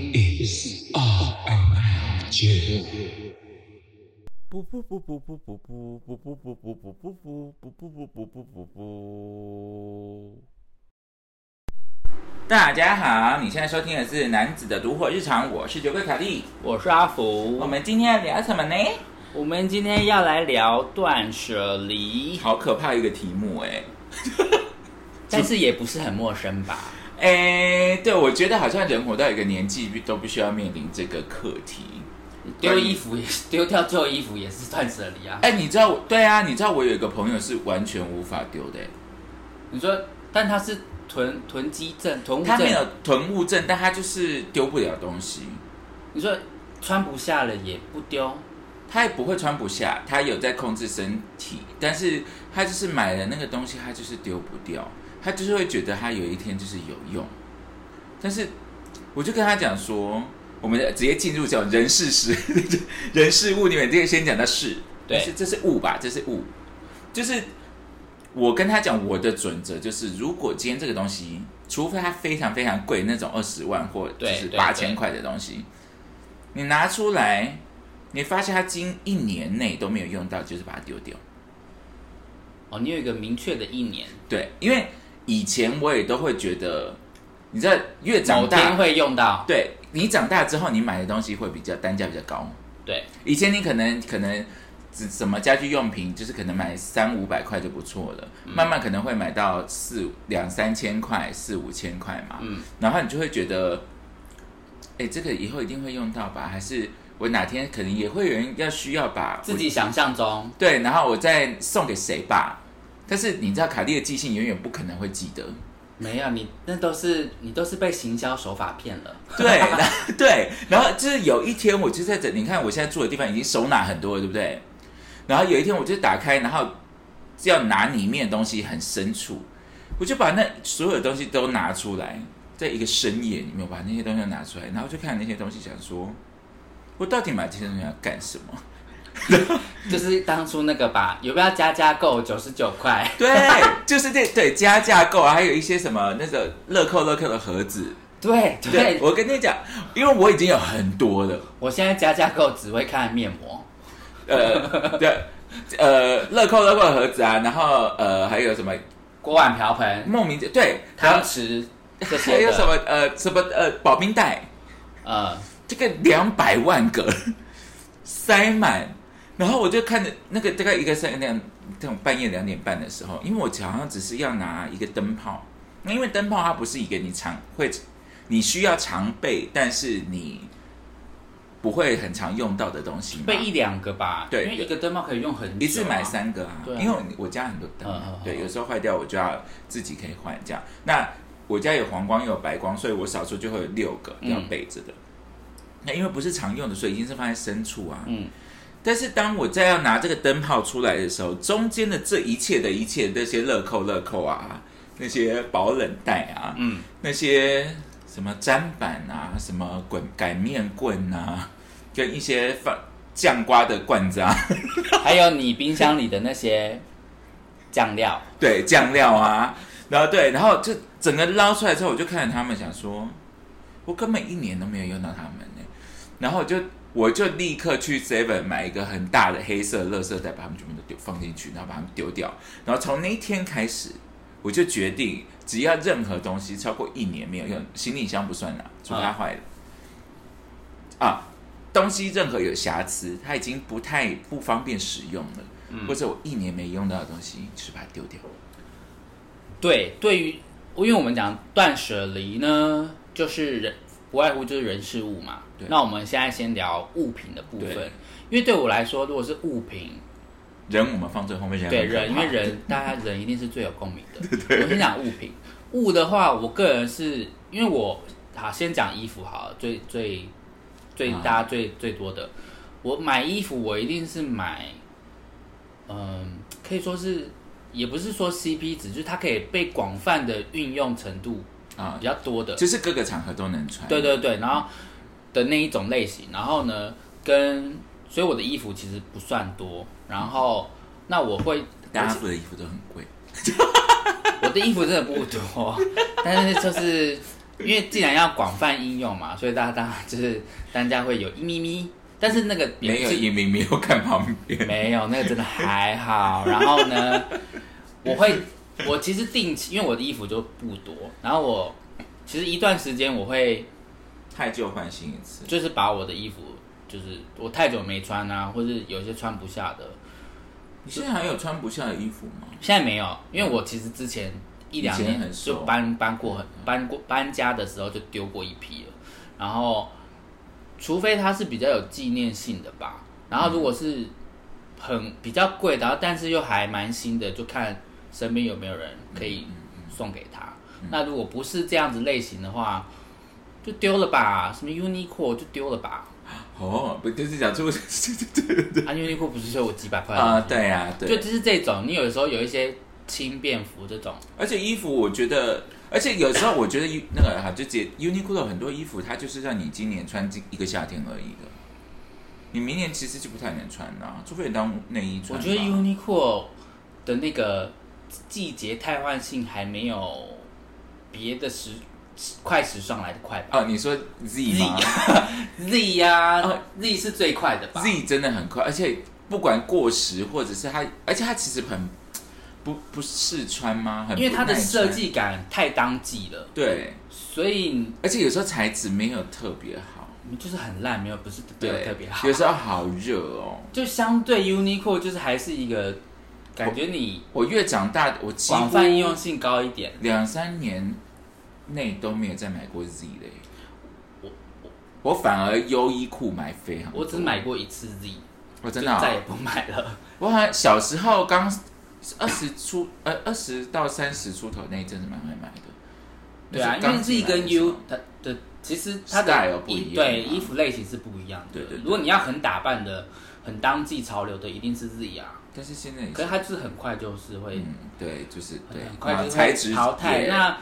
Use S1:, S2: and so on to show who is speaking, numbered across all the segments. S1: is R and J.
S2: 不不不不不不不不不不不不不不不不不不不不不。
S3: 大家好，你现在收听的是《男子的独火日常》，我是酒鬼凯莉。
S4: 我是阿
S3: 我
S4: 福，
S3: 们今天要聊什么呢？
S4: 我们今天要来聊断舍离，
S3: 好可怕一个题目哎、
S4: 但是也不是很陌生吧？
S3: 哎，对，我觉得好像人活到一个年纪都必须要面临这个课题。
S4: 丢衣服也是丢掉旧衣服也是断舍离啊。
S3: 哎，你知道我？对啊，你知道我有一个朋友是完全无法丢的、哎
S4: 你说，但他是囤囤积症、囤物
S3: 他没
S4: 症。
S3: 有囤物症，但他就是丢不了东西，
S4: 你说穿不下了也不丢，
S3: 他也不会穿不下，他有在控制身体，但是他就是买了那个东西，他就是丢不掉，他就是会觉得他有一天就是有用，但是我就跟他讲说，我们直接进入讲人事时 人事物，你们这个先讲到事，
S4: 对
S3: 但是这是物吧，这是物，就是我跟他讲我的准则就是，如果今天这个东西，除非它非常非常贵那种二十万或就
S4: 对
S3: 是
S4: 对
S3: 八千
S4: 对
S3: 块的东西，你拿出来，你发现它今一年内都没有用到，就是把它丢掉。
S4: 哦，你有一个明确的一年，
S3: 对，因为以前我也都会觉得，你知道越
S4: 某
S3: 长
S4: 天
S3: 大，
S4: 会用到。
S3: 对你长大之后，你买的东西会比较单价比较高。
S4: 对，
S3: 以前你可能可能只什么家居用品，就是可能买三五百块就不错了，
S4: 嗯
S3: 慢慢可能会买到四两三千块、四五千块嘛。
S4: 嗯，
S3: 然后你就会觉得，哎，这个以后一定会用到吧？还是我哪天可能也会有人要需要吧？
S4: 自己想象中
S3: 对，然后我再送给谁吧？但是你知道，卡莉的记性永远不可能会记得。
S4: 没有你，那都是你都是被行销手法骗了。
S3: 对，然后对，然后就是有一天，我就在这，你看我现在住的地方已经收纳很多了，对不对？然后有一天，我就打开，然后要拿里面的东西很深处，我就把那所有的东西都拿出来，在一个深夜里面，我把那些东西都拿出来，然后就看那些东西，想说，我到底买这些东西要干什么？
S4: 就是当初那个吧，有没有加加购九十九块？
S3: 对，就是这对加价购啊，还有一些什么那个乐扣乐扣的盒子。
S4: 对
S3: 对，
S4: 对，
S3: 我跟你讲，因为我已经有很多了，
S4: 我现在加价购只会看面膜，
S3: 呃，对，呃，乐扣乐扣的盒子啊，然后呃，还有什么
S4: 锅碗瓢盆、
S3: 莫名其对，然
S4: 汤
S3: 后
S4: 匙这
S3: 嗯还
S4: 些
S3: 有
S4: 的，
S3: 什么呃什么呃保冰袋，
S4: 呃，
S3: 这个两百万个塞满，然后我就看着那个大概一个三两这种半夜两点半的时候，因为我好像只是要拿一个灯泡，那因为灯泡它不是一个你常会你需要常备，但是你不会很常用到的东西嘛，
S4: 备一两个吧，
S3: 对
S4: 因为一个灯泡可以用很久啊、
S3: 一次买三个啊，
S4: 对啊
S3: 因为我家很多灯啊
S4: 嗯嗯，嗯
S3: 对，有时候坏掉我就要自己可以换这样。那我家有黄光又有白光，所以我少数就会有六个
S4: 嗯
S3: 要备着的。那因为不是常用的，所以已经是放在深处啊。
S4: 嗯，
S3: 但是当我再要拿这个灯泡出来的时候，中间的这一切的一切那些乐扣乐扣啊，那些保冷袋啊，
S4: 嗯，
S3: 那些什么砧板啊，什么滚擀面棍啊，跟一些放酱瓜的罐子啊。
S4: 还有你冰箱里的那些酱料，
S3: 对酱料啊，然后对，然后就整个捞出来之后，我就看着他们，想说，我根本一年都没有用到他们呢、然后我就我就立刻去 Seven 买一个很大的黑色垃圾袋，把它们全部都丢放进去，然后把它们丢掉。然后从那一天开始，我就决定，只要任何东西超过一年没有用，行李箱不算啦，除非它坏了啊。东西任何有瑕疵，它已经不太不方便使用了，或者我一年没用到的东西，就是把它丢掉。
S4: 对，对于因为我们讲断舍离呢，就是人不外乎就是人事物嘛
S3: 对。
S4: 那我们现在先聊物品的部分
S3: 对，
S4: 因为对我来说，如果是物品，
S3: 人我们放最后面，人
S4: 对
S3: 很可
S4: 人，因
S3: 怕
S4: 为人大家人一定是最有共鸣 的。我先讲物品，物的话，我个人是因为我好先讲衣服好了，最最最
S3: 啊
S4: 大家最最多的，我买衣服我一定是买，嗯，可以说是也不是说 CP 值，就是它可以被广泛的运用程度
S3: 啊
S4: 比，较多的，
S3: 就是各个场合都能穿。
S4: 对对对，然后的那一种类型，然后呢，跟所以我的衣服其实不算多，然后那我会。
S3: 大家付的衣服都很贵，
S4: 我的衣服真的不多，但是就是因为既然要广泛应用嘛，所以大家当然就是单价会有一咪咪，但是那个也不
S3: 没有
S4: 是
S3: 一明明又看旁边，
S4: 没有，那个真的还好。然 后呢，我会，我其实定期，因为我的衣服就不多，然后我其实一段时间我会
S3: 太旧换新一次。
S4: 就是把我的衣服，就是我太久没穿啊，或是有些穿不下的，
S3: 你现在还有穿不下的衣服吗？
S4: 现在没有，因为我其实之前一两
S3: 以前
S4: 年
S3: 很瘦
S4: 就搬搬过很搬过搬家的时候就丢过一批了，然后除非它是比较有纪念性的吧，然后如果是很比较贵的，然后但是又还蛮新的，就看身边有没有人可以送给他。
S3: 嗯
S4: 那如果不是这样子类型的话，就丢了吧，什么 Uniqlo 就丢了吧，
S3: 哦，不就是讲出对对对
S4: 啊 Uniqlo 不是就有几百块的
S3: 啊，
S4: 东西
S3: 对呀、对，
S4: 就就是这种，你有时候有一些轻便服这种。
S3: 而且衣服，我觉得，而且有时候我觉得 U- 那个哈，就姐 Uniqlo 很多衣服，它就是让你今年穿一个夏天而已的。你明年其实就不太能穿啦、除非你当内衣穿
S4: 我
S3: 吧。
S4: 觉得 Uniqlo 的那个季节替换性还没有别的时快时尚来的快吧
S3: 哦，你说 Z 吗
S4: ？Z 呀、
S3: 哦
S4: z 是最快的吧
S3: Z 真的很快，而且不管过时或者是它，而且它其实很不不试穿吗？很
S4: 因为它的
S3: 不耐
S4: 设
S3: 穿
S4: 计感太当季了，
S3: 对，
S4: 所以
S3: 而且有时候材质没有特别好，
S4: 就是很烂，没有不是没有特别好
S3: 有，时候好热哦。
S4: 就相对 Uniqlo 就是还是一个感觉你
S3: 我越长大，我几乎
S4: 广泛应用性高一点。
S3: 两三年内都没有再买过 Z 的耶。我反而优衣库买非常多，
S4: 我只买过一次 Z，
S3: 我真
S4: 就
S3: 的啊、
S4: 再也不买了。
S3: 我好像小时候刚二十出呃二十到三十出头那一阵子蛮会买的。
S4: 对啊，因
S3: 就是
S4: 为
S3: 刚进
S4: Z
S3: 来的时
S4: 跟
S3: 候
S4: U 它的其实它的
S3: Style 不一样
S4: 对
S3: 嘛
S4: 衣服类型是不一样的。
S3: 对对对
S4: 如果你要很打扮的、很当季潮流的，一定是 Z 啊。
S3: 但是现在也
S4: 可
S3: 是
S4: 是它就是很快就是会、
S3: 嗯对，就是对，
S4: 很快
S3: 那
S4: 就是
S3: 材
S4: 会
S3: 质
S4: 淘汰。
S3: 也
S4: 那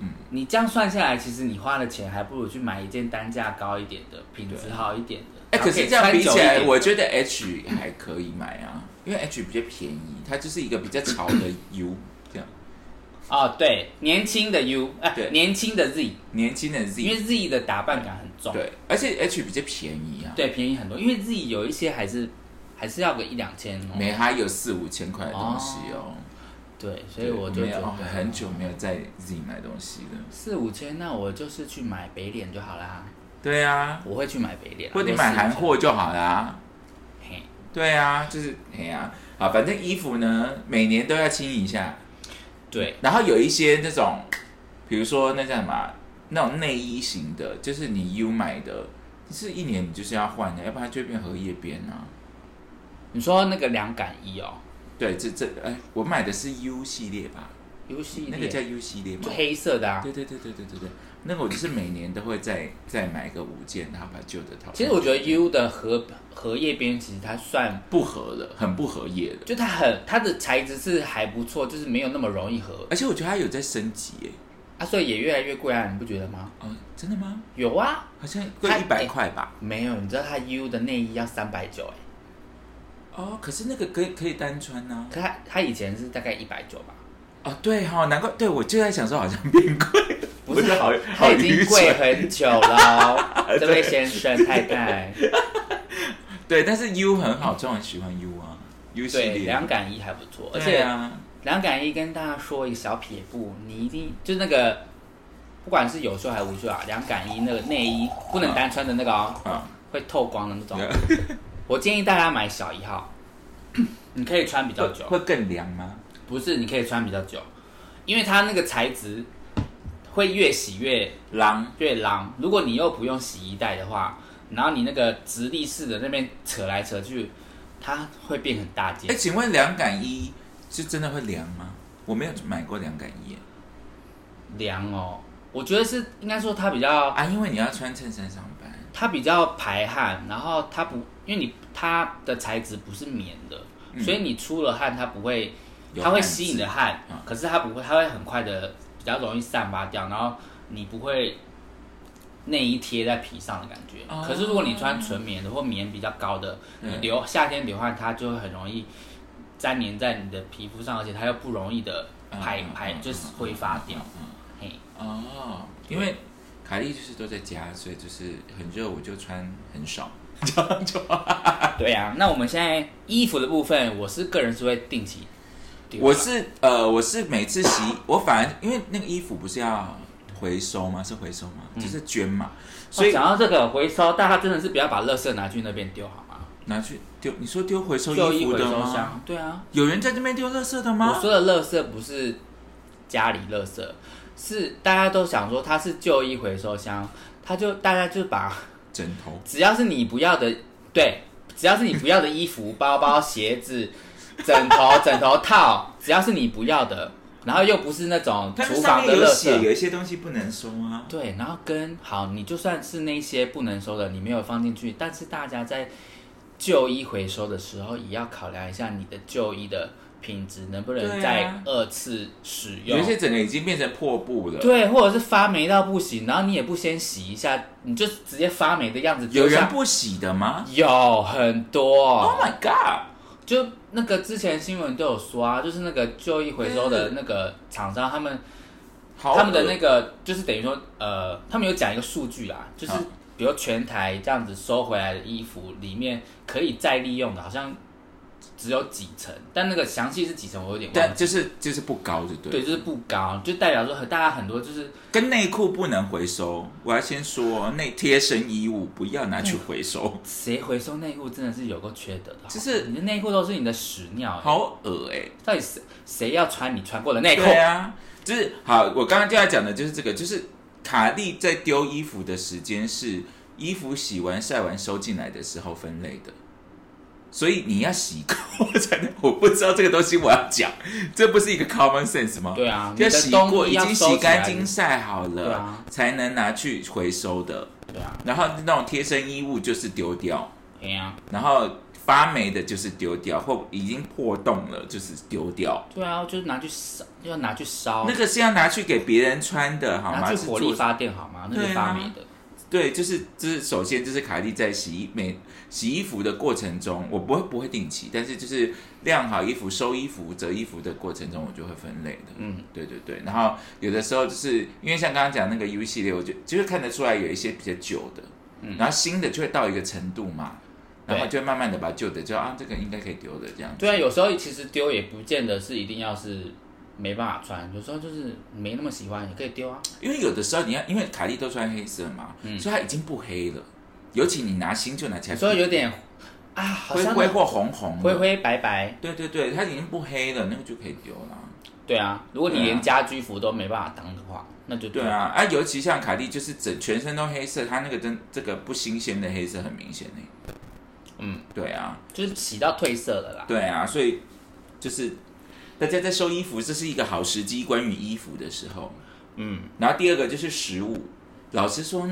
S3: 嗯
S4: 你这样算下来，其实你花的钱还不如去买一件单价高一点的、品质好一点的。
S3: 哎、
S4: 然
S3: 可
S4: 后
S3: 是
S4: 以
S3: 这样
S4: 穿
S3: 比
S4: 久
S3: 起
S4: 一
S3: 来，
S4: 点
S3: 我觉得 H 还可以买啊，因为 H 比较便宜，它就是一个比较潮 的 U 这样，
S4: 哦，对，年轻的 U 哎、
S3: 对
S4: 年轻的 Z，
S3: 年轻的 Z
S4: 因为 Z 的打扮感很重，
S3: 对，而且 H 比较便宜啊，
S4: 对便宜很多，因为 Z 有一些还是还是要个一两千哦。
S3: 没还有四五千块的东西哦。
S4: 对，所
S3: 对
S4: 以我就
S3: 没
S4: 觉
S3: 有
S4: 得
S3: 很久没有在 Z 买东西了。
S4: 四五千，那我就是去买北脸就好啦。
S3: 对啊，
S4: 我会去买北脸啊，
S3: 或者你买韩货就好啦。
S4: 45,000。嘿，
S3: 对啊，就是哎呀、啊，反正衣服呢每年都要清一下，
S4: 对，
S3: 然后有一些那种，比如说那叫什么啊那种内衣型的，就是你 U 买的，是一年你就是要换的，要不然它就会变荷叶边啊。
S4: 你说那个凉感衣哦
S3: 对，这这哎，我买的是 U 系列吧，
S4: ，U 系
S3: 那个
S4: 列
S3: 叫 U 系列吗
S4: 就？黑色的啊
S3: 对。对对对对对对，那个我就是每年都会再再买个五件，然后把旧的淘汰。
S4: 其实我觉得 U 的荷荷叶边其实它算，
S3: 不合了，很不合业的，
S4: 就它很它的材质是还不错，就是没有那么容易合
S3: 而且我觉得它有在升级耶。
S4: 啊，所以也越来越贵啊，你不觉得吗？
S3: 哦，真的吗？
S4: 有啊，
S3: 好像贵
S4: 它
S3: 一百块吧？
S4: 没有，你知道它 U 的内衣要三百九哎，
S3: 哦，可是那个可以可以单穿呢、
S4: 可它它以前是大概一百九吧。
S3: 哦，对哈、哦，难怪对我就在想说好像变贵，
S4: 不
S3: 我
S4: 是
S3: 觉得好
S4: 他
S3: 好
S4: 已经
S3: 愚
S4: 跪
S3: 蠢。
S4: 很久 了，这位先生太太，
S3: 对，但是 U 很好，我很喜欢 U 啊，U 系
S4: 对，
S3: 列。
S4: 凉感衣还不错，而
S3: 对
S4: 且
S3: 啊，
S4: 凉感衣跟大家说一个小撇步，你一定就是那个，不管是有袖还是无袖啊，凉感衣那个内衣不能单穿的那个哦，
S3: 啊，
S4: 会透光的那 种
S3: 对。
S4: 我建议大家买小一号， 你可以穿比较久，
S3: 会更凉吗？
S4: 不是你可以穿比较久，因为它那个材质会越洗越
S3: 狼
S4: 越狼。如果你又不用洗衣袋的话，然后你那个直立式的那边扯来扯去，它会变很大
S3: 哎，
S4: 件。
S3: 请问凉感衣是真的会凉吗？我没有买过凉感衣耶
S4: 凉哦，我觉得是应该说它比较
S3: 啊，因为你要穿衬衫上班。
S4: 它比较排汗，然后它不因为你它的材质不是棉的，
S3: 嗯
S4: 所以你出了汗它不会，
S3: 有
S4: 它会
S3: 汗
S4: 吸
S3: 渍
S4: 你的汗
S3: 嗯，
S4: 可是它不会，它会很快的比较容易散发掉，然后你不会。内衣贴在皮上的感觉，
S3: 哦
S4: 可是如果你穿纯棉的或棉比较高的，你
S3: 嗯
S4: 流夏天流汗，它就会很容易粘黏在你的皮肤上，而且它又不容易的排
S3: 嗯嗯
S4: 排，
S3: 嗯
S4: 就是
S3: 嗯
S4: 挥发掉。
S3: 嗯
S4: 嘿，
S3: 嗯哦，因为海丽就是都在家，所以就是很热，我就穿很少。
S4: 对啊，那我们现在衣服的部分，我是个人是会定期丢啊啦，
S3: 我是呃，我是每次洗，我反而因为那个衣服不是要回收吗？是回收吗？
S4: 嗯
S3: 就是捐嘛，所
S4: 所以
S3: 以
S4: 讲到这个回收，大家真的是不要把垃圾拿去那边丢好吗？
S3: 拿去丢。你说丢回收
S4: 旧
S3: 衣
S4: 衣
S3: 服
S4: 回
S3: 的
S4: 收
S3: 吗
S4: 箱？，对啊。
S3: 有人在这边丢垃圾的
S4: 我
S3: 吗？
S4: 说的垃圾不是家里垃圾，是大家都想说它是旧衣回收箱，它就大家就把
S3: 枕头
S4: 只要是你不要的，对，只要是你不要的衣服、包包、鞋子、枕头、枕头套，只要是你不要的，然后又不是那种
S3: 它
S4: 厨
S3: 上
S4: 房
S3: 面
S4: 的
S3: 有
S4: 垃
S3: 写，
S4: 圾。
S3: 有一些东西不能收啊。
S4: 对，然后跟好，你就算是那些不能收的，你没有放进去，但是大家在旧衣回收的时候，也要考量一下你的旧衣的品质能不
S3: 对啊
S4: 能再二次使用。
S3: 有一些整个已经变成破布了。
S4: 对，或者是发霉到不行，然后你也不先洗一下，你就直接发霉的样子
S3: 有
S4: 丢
S3: 人
S4: 下。
S3: 不洗的吗
S4: 有很多
S3: ？Oh my god！
S4: 就那个之前新闻都有说啊，就是那个旧衣回收的
S3: 嗯
S4: 那个厂商，他们
S3: 好恶，
S4: 他们的那个就是等于说，呃，他们有讲一个数据啦，就是
S3: 好
S4: 比如全台这样子收回来的衣服里面可以再利用的，好像只有几成，但那个详细是几成我有点
S3: 但
S4: 忘
S3: 就
S4: 记。
S3: 是就是不高，就对
S4: 对，
S3: 了。
S4: 就是不高，就代表说很大家很多就是
S3: 跟内裤不能回收，我要先说内贴身衣物不要拿
S4: 嗯
S3: 去回收，
S4: 谁回收内裤真的是有够缺德的，
S3: 就是
S4: 你的内裤都是你的屎尿、欸，
S3: 好恶哎、
S4: 到底谁谁要穿你穿过的内裤？
S3: 对啊， 就是好，我刚刚就要讲的就是这个，就是卡莉在丢衣服的时间是衣服洗完、晒完收进来的时候分类的，所以你要洗过才能。我不知道这个东西我要讲，这不是一个 common sense 吗？
S4: 对啊
S3: 要
S4: 你的
S3: 洗
S4: 冬
S3: 过，
S4: 衣
S3: 已
S4: 要
S3: 经
S4: 收
S3: 洗
S4: 起来
S3: 干净、晒好
S4: 对
S3: 了，
S4: 啊
S3: 才能拿去回收的。
S4: 对啊，
S3: 然后那种贴身衣物就是丢掉。
S4: 哎呀、
S3: 然后发霉的就是丢掉，或已经破洞了就是丢掉。
S4: 对啊，就是拿去烧，要拿去烧，
S3: 那个是要拿去给别人穿的，好
S4: 拿
S3: 吗？
S4: 去
S3: 是
S4: 火力
S3: 做
S4: 发电好吗？那
S3: 对
S4: 是
S3: 啊
S4: 发霉的。
S3: 对，就是就是首先就是卡莉在洗衣每洗衣服的过程中，我不会不会定期，但是就是晾好衣服、收衣服、折衣服的过程中，我就会分类的。
S4: 嗯，
S3: 对对对。然后有的时候就是因为像刚刚讲那个 U 系列，我就就是看得出来有一些比较久的，嗯、然后新的就会到一个程度嘛，然后
S4: 对
S3: 就会慢慢的把旧的就啊这个应该可以丢的这样子。
S4: 对啊，有时候其实丢也不见得是一定要是没办法穿，有时候就是没那么喜欢也可以丢啊。
S3: 因为有的时候你要，因为凯莉都穿黑色嘛，
S4: 嗯
S3: 所以它已经不黑了。尤其你拿新就拿起来，
S4: 有时哎候有点啊，好
S3: 灰
S4: 像
S3: 灰或红红的
S4: 灰，灰白白。
S3: 对对对，它已经不黑了，那个就可以丢了。
S4: 对啊，如果你
S3: 对啊
S4: 连家居服都没办法当的话，那就
S3: 对，啊，啊，尤其像凯莉就是整全身都黑色，它那个真这个不新鲜的黑色很明显欸
S4: 嗯，
S3: 对啊，
S4: 就是洗到褪色了啦。
S3: 对啊，所以就是大家在收衣服，这是一个好时机，关于衣服的时候。
S4: 嗯，
S3: 然后第二个就是食物，老实说，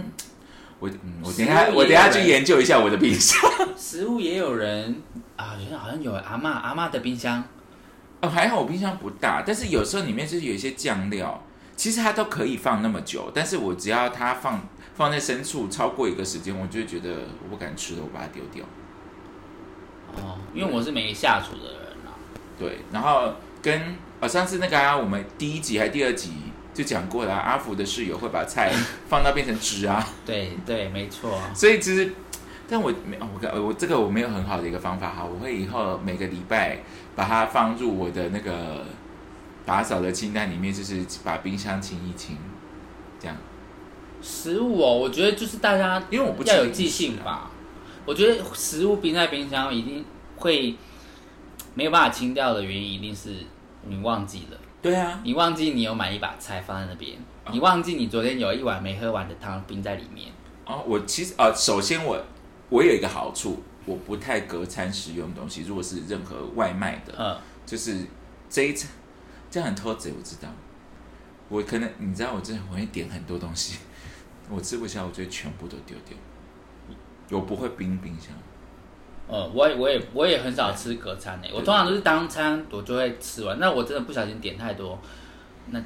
S3: 我嗯我等一
S4: 食
S3: 下
S4: 物也
S3: 我等一下
S4: 有
S3: 去
S4: 人
S3: 研究一下我的冰箱。
S4: 食物也有人啊，原来好像有阿嬷阿嬷的冰箱，
S3: 哦，还好我冰箱不大，但是有时候里面就是有一些酱料，其实它都可以放那么久，但是我只要它放放在深处超过一个时间，我就会觉得我不敢吃了，我把它丢掉。
S4: 哦，因为我是没下厨的人啊。
S3: 对，然后跟呃上次那个啊，我们第一集还第二集就讲过了啊、阿福的室友会把菜放到变成汁啊，
S4: 对对，没错。
S3: 所以其实。但我没，哦我感我这个我没有很好的一个方法哈，我会以后每个礼拜把它放入我的那个打扫的清单里面，就是把冰箱清一清，这样。
S4: 食物哦，我觉得就是大家
S3: 因为我不啊吃
S4: 要有
S3: 零食
S4: 记性吧。我觉得食物冰在冰箱一定会没有办法清掉的原因，一定是你忘记了，
S3: 对啊，
S4: 你忘记你有买一把菜放在那边，你忘记你昨天有一碗没喝完的汤冰在里面。
S3: 哦，我其实呃，首先我我有一个好处，我不太隔餐食用东西，如果是任何外卖的，
S4: 嗯，
S3: 就是这一餐这样很偷贼，我知道。我可能你知道，我真的很会点很多东西，我吃不下，我就全部都丢掉。我不会冰冰箱，
S4: 呃，我也我也我也很少吃隔餐诶、欸我通常都是当餐我就会吃完。那我真的不小心点太多，那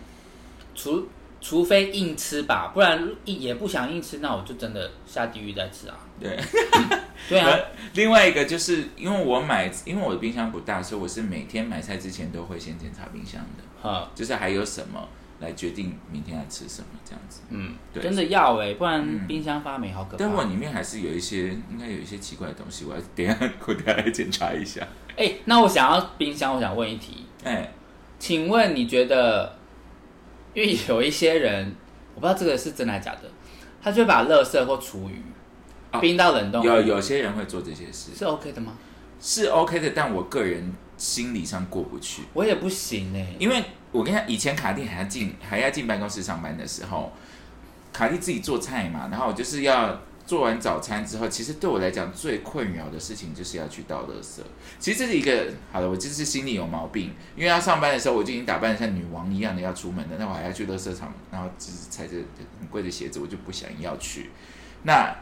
S4: 除除非硬吃吧，不然硬也不想硬吃，那我就真的下地狱再吃啊。
S3: 对。
S4: 对啊，
S3: 另外一个就是因为我买，因为我的冰箱不大，所以我是每天买菜之前都会先检查冰箱的。
S4: 嗯，
S3: 就是还有什么，来决定明天要吃什么这样子。
S4: 嗯，
S3: 对嗯
S4: 真的要哎、不然冰箱发霉好可怕。
S3: 但我里面还是有一些，应该有一些奇怪的东西，我要等一下我等一下来检查一下。
S4: 哎、那我想要冰箱，我想问一题，
S3: 哎，
S4: 请问你觉得，因为有一些人，我不知道这个是真的还是假的，他就会把垃圾或厨余
S3: 啊
S4: 冰到冷冻库，
S3: 有有些人会做这些事
S4: 是 OK 的吗？
S3: 是 OK 的，但我个人心理上过不去。
S4: 我也不行哎、
S3: 因为我跟你讲，以前卡蒂还要进还要进办公室上班的时候，卡蒂自己做菜嘛，然后我就是要做完早餐之后，其实对我来讲最困扰的事情就是要去倒垃圾。其实这是一个好了，我就是心里有毛病，因为要上班的时候我就已经打扮得像女王一样的要出门了，那我还要去垃圾场，然后只是踩着很贵的鞋子，我就不想要去。那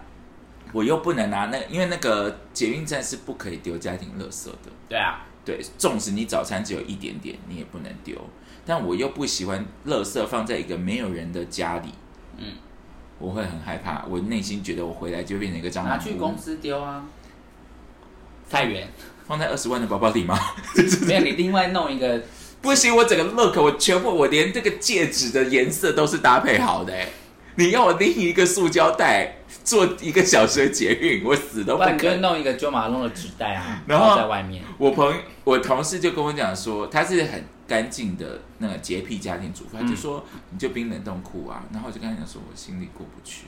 S3: 我又不能拿那，因为那个捷运站是不可以丢家庭垃圾的。
S4: 对啊，
S3: 对，纵使你早餐只有一点点，你也不能丢。但我又不喜欢垃圾放在一个没有人的家里，
S4: 嗯，
S3: 我会很害怕。我内心觉得我回来就变成一个蟑
S4: 拿
S3: 螂
S4: 去
S3: 屋
S4: 公司丢啊，太远，
S3: 放在二十万的包包里吗？
S4: 没有你另外弄一个，
S3: 不行，我整个 look，我全部，我连这个戒指的颜色都是搭配好的、欸。你要我拎一个塑胶袋做一个小时的捷运，我死都
S4: 不
S3: 不
S4: 然你就
S3: 肯。
S4: 弄一个九马弄的纸袋啊，
S3: 然后
S4: 包在外面。
S3: 我朋我同事就跟我讲说，他是很干净的那个洁癖家庭主妇，他就说、你就冰冷冻库啊，然后我就跟他讲说我心里过不去，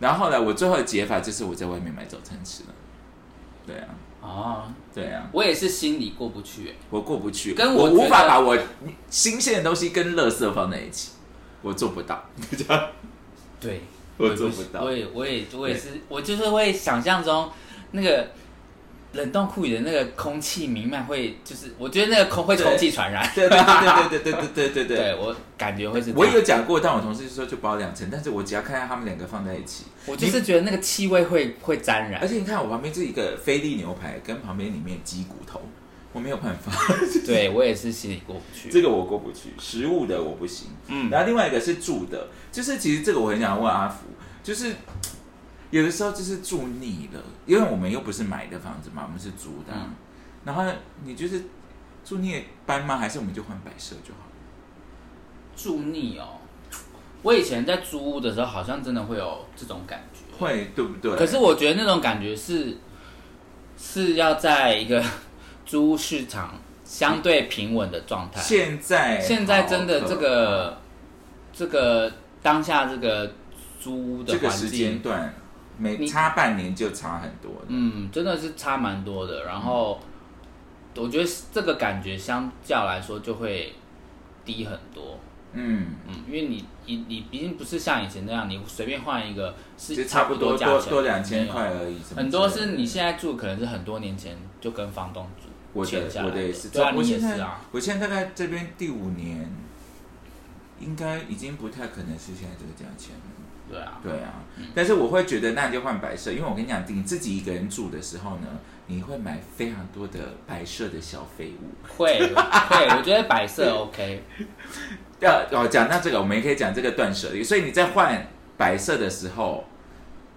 S3: 然后后来我最后的解法就是我在外面买早餐吃了，对啊
S4: 哦，
S3: 对啊，
S4: 我也是心里过不去、欸，
S3: 我过不去，
S4: 跟
S3: 我
S4: 我觉得
S3: 无法把我新鲜的东西跟垃圾放在一起，我做不到，
S4: 对，
S3: 我做不到
S4: 我也我也我也是，我就是会想象中那个冷冻库里的那个空气弥漫会，就是我觉得那个空会
S3: 对
S4: 空气传染。
S3: 对对对对对对对对对
S4: 对
S3: 对。
S4: 我感觉会是这
S3: 我
S4: 样，
S3: 有讲过，但我同事就说就包两层，但是我只要看到他们两个放在一起，
S4: 我就是觉得那个气味会会沾
S3: 而
S4: 染。
S3: 且你看，我旁边是一个菲力牛排，跟旁边里面鸡骨头，我没有办法，
S4: 对我也是心里过不去。
S3: 这个我过不去。食物的我不行，
S4: 嗯
S3: 然后另外一个是住的，就是其实这个我很想问阿福，就是有的时候就是住腻了，因为我们又不是买的房子嘛，我们是租的啊、
S4: 嗯
S3: 然后你就是住腻搬吗？还是我们就换摆设就好？
S4: 住腻哦，我以前在租屋的时候，好像真的会有这种感觉。
S3: 会对不对？
S4: 可是我觉得那种感觉是是要在一个 租屋市场相对平稳的状态。
S3: 现在
S4: 现在真的
S3: 哎好
S4: 这
S3: 可
S4: 个这个当下这个租屋的
S3: 这个
S4: 环
S3: 时间
S4: 境，
S3: 段，每
S4: 你
S3: 差半年就差很多了。
S4: 嗯，真的是差蛮多的。然后我觉得这个感觉相较来说就会低很多，
S3: 嗯
S4: 嗯，因为你你你毕竟不是像以前那样，你随便换一个
S3: 就是差不多
S4: 价
S3: 多
S4: 钱
S3: 多两千
S4: 没有
S3: 块而已。什么
S4: 很多
S3: 之类
S4: 是
S3: 的
S4: 你现在住，可能是很多年前就跟房东住，
S3: 我的
S4: 欠下来
S3: 我的也是，
S4: 对啊，
S3: 我
S4: 你也
S3: 现
S4: 是
S3: 在
S4: 啊，
S3: 我现在大概这边第五年，应该已经不太可能是现在这个价钱了。
S4: 对啊，
S3: 对啊，但是我会觉得那你就换白色，因为我跟你讲，你自己一个人住的时候呢，你会买非常多的白色的小废物。
S4: 会会，我觉得摆设 OK，
S3: 要哦，讲到这个，我们也可以讲这个断舍离。所以你在换白色的时候，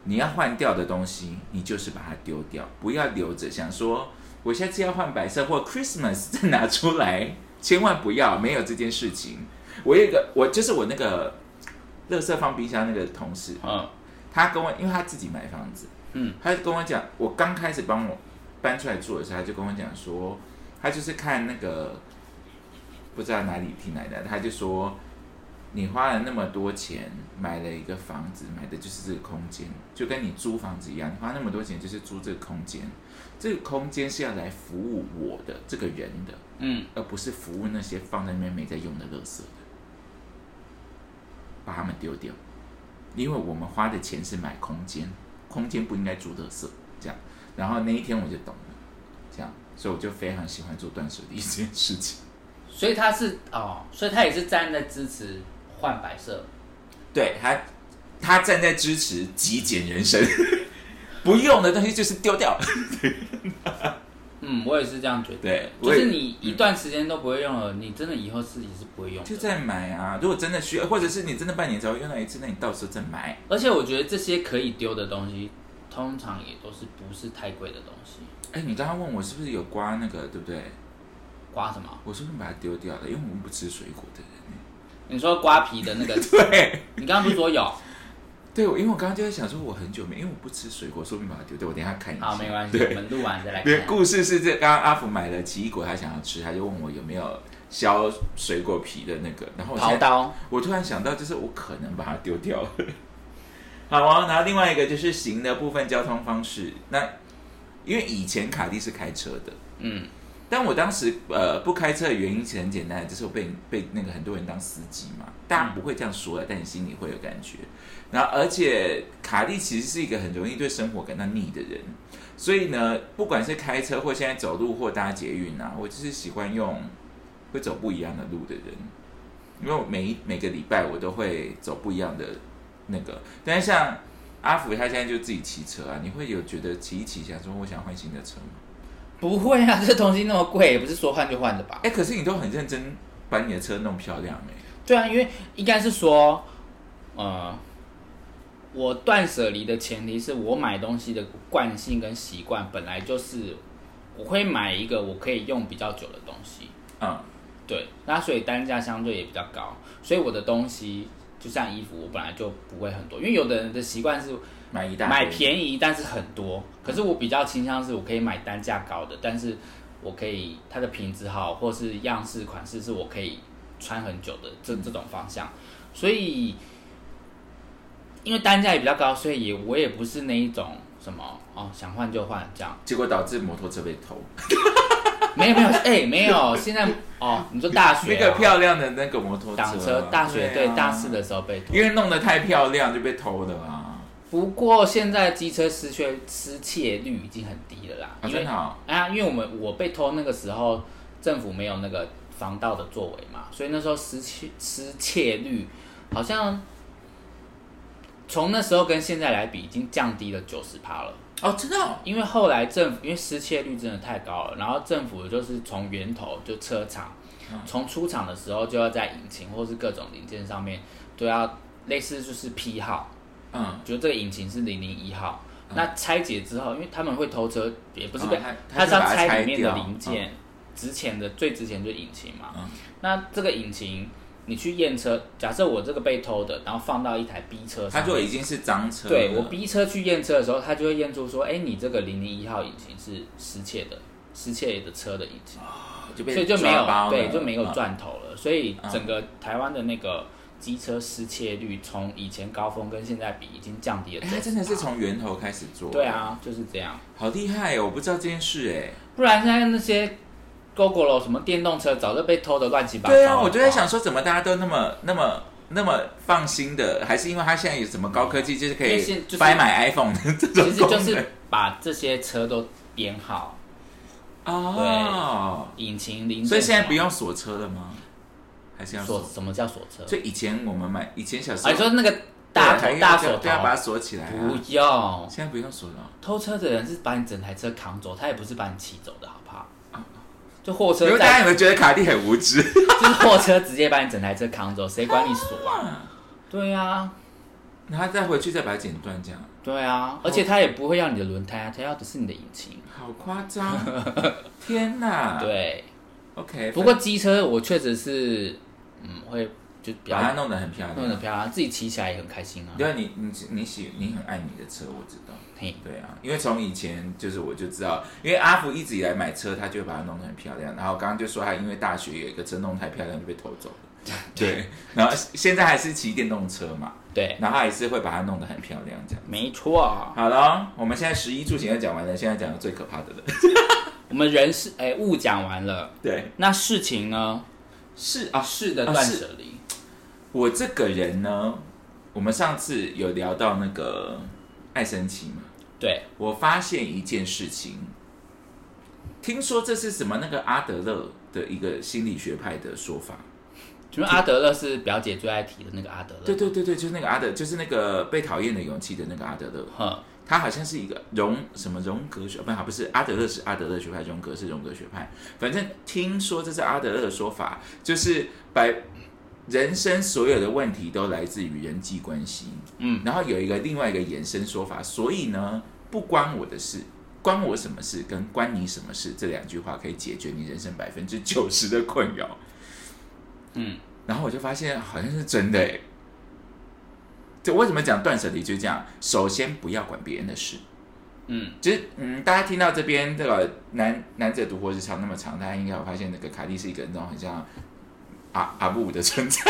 S3: 你要换掉的东西，你就是把它丢掉，不要留着。想说我下次要换白色或 Christmas 再拿出来，千万不要，没有这件事情。我有一个，我就是我那个垃圾放冰箱那个同事，
S4: 嗯
S3: 他跟我，因为他自己买房子，
S4: 嗯，
S3: 他就跟我讲，我刚开始帮我搬出来住的时候，他就跟我讲说，他就是看那个不知道哪里听来的，他就说你花了那么多钱买了一个房子，买的就是这个空间，就跟你租房子一样，你花那么多钱就是租这个空间，这个空间是要来服务我的这个人的，
S4: 嗯，
S3: 而不是服务那些放在那边没在用的垃圾的，把它们丢掉，因为我们花的钱是买空间，空间不应该住垃圾，这样。然后那一天我就懂了，这样，所以我就非常喜欢做断舍离这件事情。
S4: 所以他是哦，所以他也是站在支持换摆设，
S3: 对他，他站在支持极简人生，不用的东西就是丢掉。
S4: 嗯，我也是这样觉得，
S3: 对，
S4: 就
S3: 我也嗯
S4: 是你一段时间都不会用了，你真的以后自己是不会用
S3: 就
S4: 的。
S3: 在买啊，如果真的需要，或者是你真的半年才会用到一次，那你到时候再买。
S4: 而且我觉得这些可以丢的东西，通常也都是不是太贵的东西，
S3: 哎，你刚刚问我是不是有刮那个，对不对？
S4: 刮什么？
S3: 我说你把它丢掉了，因为我们不吃水果的人。
S4: 你说瓜皮的那 个，
S3: 对，
S4: 你刚刚不是 说有？
S3: 对，我因为我刚刚就在想说，我很久没，因为我不吃水果，说不定把它丢掉。我等一下看一下。
S4: 啊好，没关系，
S3: 对
S4: 我们录完再来
S3: 对，
S4: 看。
S3: 故事是这，刚刚阿福买了奇异果，他想要吃，他就问我有没有削水果皮的那个，然后我现在
S4: 刨刀，
S3: 我突然想到，就是我可能把它丢掉了。 好啊，然后另外一个就是行的部分交通方式，那因为以前卡蒂是开车的，
S4: 嗯，
S3: 但我当时呃不开车的原因其实很简单，就是我被被那个很多人当司机嘛，大家不会这样说的，但你心里会有感觉。然后而且卡蒂其实是一个很容易对生活感到腻的人，所以呢，不管是开车或现在走路或搭捷运啊，我就是喜欢用会走不一样的路的人，因为我每一每个礼拜我都会走不一样的那个。但是像阿福他现在就自己骑车啊，你会有觉得骑一骑想说我想换新的车吗？
S4: 不会啊，这东西那么贵，也不是说换就换的吧？
S3: 哎、可是你都很认真把你的车弄漂亮哎、
S4: 对啊，因为应该是说，呃，我断舍离的前提是我买东西的惯性跟习惯本来就是我会买一个我可以用比较久的东西，
S3: 嗯，
S4: 对，那所以单价相对也比较高，所以我的东西就像衣服，我本来就不会很多，因为有的人的习惯是
S3: 买一大
S4: 买
S3: 堆
S4: 便宜但是很多，可是我比较倾向是我可以买单价高的，但是我可以它的品质好或是样式款式是我可以穿很久的这这种方
S3: 嗯
S4: 向，所以因为单价也比较高，所以也我也不是那一种什么哦想换就换这样，
S3: 结果导致摩托车被偷。
S4: 没有没有哎、没有现在哦你说大学、
S3: 那
S4: 啊、
S3: 个漂亮的那个摩托
S4: 挡
S3: 车
S4: 车，大学对,、
S3: 啊
S4: 大四，的时候被偷。
S3: 因为弄得太漂亮就被偷了啊。
S4: 不过现在机车失窃失窃率已经很低了啦，
S3: 啊，
S4: 因为
S3: 真的哦、
S4: 啊，因为我们我被偷那个时候，政府没有那个防盗的作为嘛，所以那时候失窃失窃率好像从那时候跟现在来比，已经降低了九十趴了。
S3: 哦，真的哦、
S4: 因为后来政府因为失窃率真的太高了，然后政府就是从源头就车厂
S3: 嗯，
S4: 从出厂的时候就要在引擎或是各种零件上面都要类似就是批号，
S3: 嗯，
S4: 就这个引擎是零零一号。
S3: 嗯
S4: 那拆解之后，因为他们会偷车，也不是被、
S3: 哦他他
S4: 他是
S3: 是
S4: 要
S3: 把它
S4: 拆
S3: 拆
S4: 里面的
S3: 掉
S4: 零件，值钱的最值钱就是引擎嘛。
S3: 嗯
S4: 那这个引擎你去验车，假设我这个被偷的，然后放到一台 B 车
S3: 他
S4: 上面，
S3: 就已经是脏车了。
S4: 对我 B 车去验车的时候，他就会验出说，哎、你这个零零一号引擎是失窃的，失窃的车的引擎，
S3: 就被
S4: 所以就没
S3: 抓包
S4: 有
S3: 了
S4: 对就没有
S3: 嗯
S4: 赚头了。所以整个台湾的那个机车失窃率，从以前高峰跟现在比，已经降低了
S3: 哎、
S4: 90%。
S3: 他真的是从源头开始做。
S4: 对，啊，就是这样。
S3: 好厉害哦！我不知道这件事哎、
S4: 不然现在那些 GoGo 了什么电动车，早就被偷的乱七八糟了。
S3: 对啊，我就在
S4: 好
S3: 想说，怎么大家都那么、那么、那么放心的？还是因为它现在有什么高科技，就是可
S4: 因为
S3: 以
S4: 现就是
S3: 掰买 iPhone 的这
S4: 不好，
S3: 种
S4: 其实就
S3: 功能
S4: 是把这些车都编好，
S3: 哦，
S4: 引擎零件什么，
S3: 所以现在不用锁车了吗？还是要
S4: 锁
S3: 锁？。
S4: 什么叫锁车？
S3: 所以以前我们买，以前小时
S4: 啊，
S3: 候
S4: 你说那个大
S3: 对还啊
S4: 头
S3: 要
S4: 大
S3: 这
S4: 锁
S3: 样
S4: 头
S3: 对，啊，把它锁起来、啊。
S4: 不用
S3: 现在不用锁了哦。
S4: 偷车的人是把你整台车扛走，他也不是把你骑走的，好不好？就货
S3: 因
S4: 车
S3: 为大家有
S4: 在，
S3: 没有觉得卡蒂很无知？
S4: 就是货车直接把你整台车扛走，谁管你锁啊？对啊，
S3: 然后再回去再把它剪断，这样
S4: 对
S3: 哦
S4: 啊，而且他也不会要你的轮胎啊，他要的是你的引擎。
S3: 好夸 张！天哪！
S4: 对，
S3: ，OK。
S4: 不过机车我确实是，嗯，会就比较
S3: 把它弄得很漂亮，
S4: 弄得漂亮，自己骑起来也很开心啊。
S3: 对啊，你你你喜你很爱你的车，我知道。
S4: 嘿，
S3: 对啊，因为从以前就是我就知道，因为阿福一直以来买车，他就会把它弄得很漂亮。然后刚刚就说他因为大学有一个车弄太漂亮就被偷走了， 对。然后现在还是骑电动车嘛，
S4: 对，
S3: 然后他还是会把它弄得很漂亮这样。
S4: 没错，啊
S3: 好了，我们现在十一住行都讲完了，现在讲最可怕的了。
S4: 我们人事哎物讲完了，
S3: 对，
S4: 那事情呢？
S3: 是啊，
S4: 啊，事的
S3: 啊
S4: 断
S3: 事
S4: 舍离，
S3: 我这个人呢，我们上次有聊到那个爱生气嘛，
S4: 对，
S3: 我发现一件事情，听说这是什么那个阿德勒的一个心理学派的说法。
S4: 请问阿德勒是表姐最爱提的那个阿德勒？
S3: 对，对对对，就是那个阿德，就是那个被讨厌的勇气的那个阿德勒，
S4: 哼，
S3: 他好像是一个荣什么荣格学，不好不是阿德勒是阿德勒学派，荣格是荣格学派。反正听说这是阿德勒的说法，就是百人生所有的问题都来自于人际关系。
S4: 嗯，
S3: 然后有一个另外一个衍生说法，所以呢，不关我的事，关我什么事跟关你什么事这两句话可以解决你人生百分之九十的困扰。
S4: 嗯，
S3: 然后我就发现好像是真的哎。就为什么讲断舍离就这样？首先不要管别人的事，
S4: 嗯，
S3: 就是嗯，大家听到这边这个男男子的独活日常那么长，大家应该有发现那个卡蒂是一个那种很像阿阿布的存在、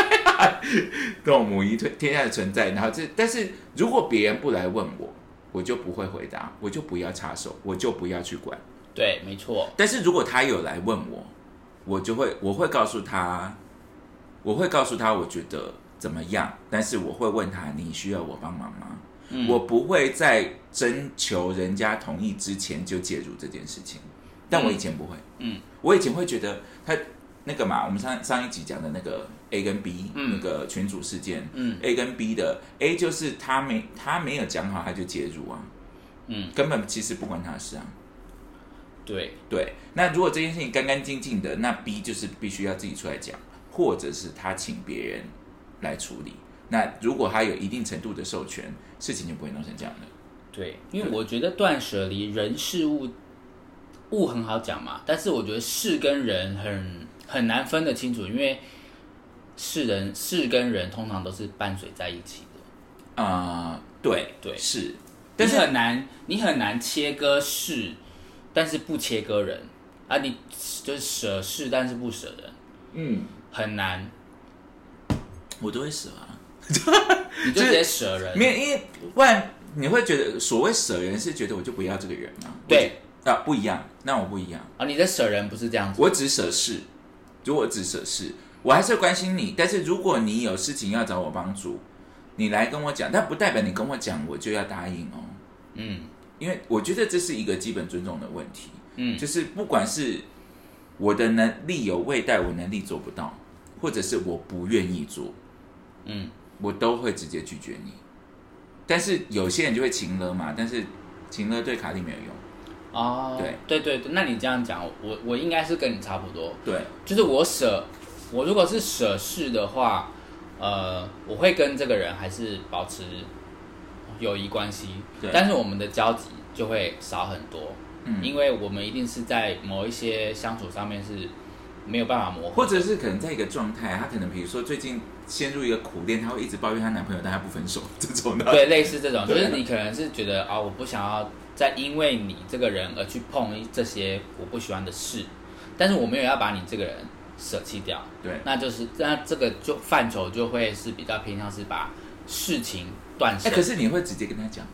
S3: 这种母仪天天下的存在。然后这，但是如果别人不来问我，我就不会回答，我就不要插手，我就不要去管。
S4: 对，没错，
S3: 但是如果他有来问我，我就会我会告诉他，我会告诉他我觉得怎么样，但是我会问他你需要我帮忙吗？
S4: 嗯
S3: 我不会在征求人家同意之前就介入这件事情，但我以前不会，
S4: 嗯，
S3: 我以前会觉得他那个嘛，我们上上一集讲的那个 A 跟 B、
S4: 嗯
S3: 那个群主事件，
S4: 嗯
S3: ，A 跟 B 的 A 就是他没他没有讲好他就介入啊，
S4: 嗯，
S3: 根本其实不关他的事啊，
S4: 对，
S3: 对，那如果这件事情干干净净的，那 B 就是必须要自己出来讲，或者是他请别人来处理。那如果他有一定程度的授权，事情就不会弄成这样的。
S4: 对，因为我觉得断舍离人事物物很好讲嘛，但是我觉得事跟人很很难分得清楚，因为事人事跟人通常都是伴随在一起的，
S3: 啊、对
S4: 对
S3: 是，但是
S4: 你很难你很难切割事，但是不切割人啊，你就是舍事但是不舍人，
S3: 嗯，
S4: 很难，
S3: 我都会舍啊，
S4: 你就直接舍人，
S3: 没有，因为不然你会觉得所谓舍人是觉得我就不要这个人嘛。
S4: 对
S3: 我就啊，不一样，那我不一样，
S4: 啊，你的舍人不是这样子，
S3: 我只舍事，如果我只舍事，我还是会关心你。但是如果你有事情要找我帮助，你来跟我讲，但不代表你跟我讲我就要答应哦，
S4: 嗯
S3: 因为我觉得这是一个基本尊重的问题，
S4: 嗯
S3: 就是不管是我的能力有未待，我能力做不到，或者是我不愿意做，
S4: 嗯，
S3: 我都会直接拒绝你。但是有些人就会情了嘛，但是情了对卡利没有用，
S4: 哦，
S3: 对
S4: 对对对，那你这样讲，我我应该是跟你差不多，
S3: 对，
S4: 就是我舍，我如果是舍事的话，呃，我会跟这个人还是保持友谊关系
S3: 对，
S4: 但是我们的交集就会少很多，
S3: 嗯
S4: 因为我们一定是在某一些相处上面是没有办法磨合的，
S3: 或者是可能在一个状态，她可能比如说最近陷入一个苦恋，她会一直抱怨她男朋友，但她不分手这种的。
S4: 对类似这种，就
S3: 对
S4: 是你可能是觉得啊、我不想要再因为你这个人而去碰这些我不喜欢的事，但是我没有要把你这个人舍弃掉，
S3: 对
S4: 那就是那这个就范畴就会是比较偏向是把事情断舍。
S3: 哎、可是你会直接跟她讲吗，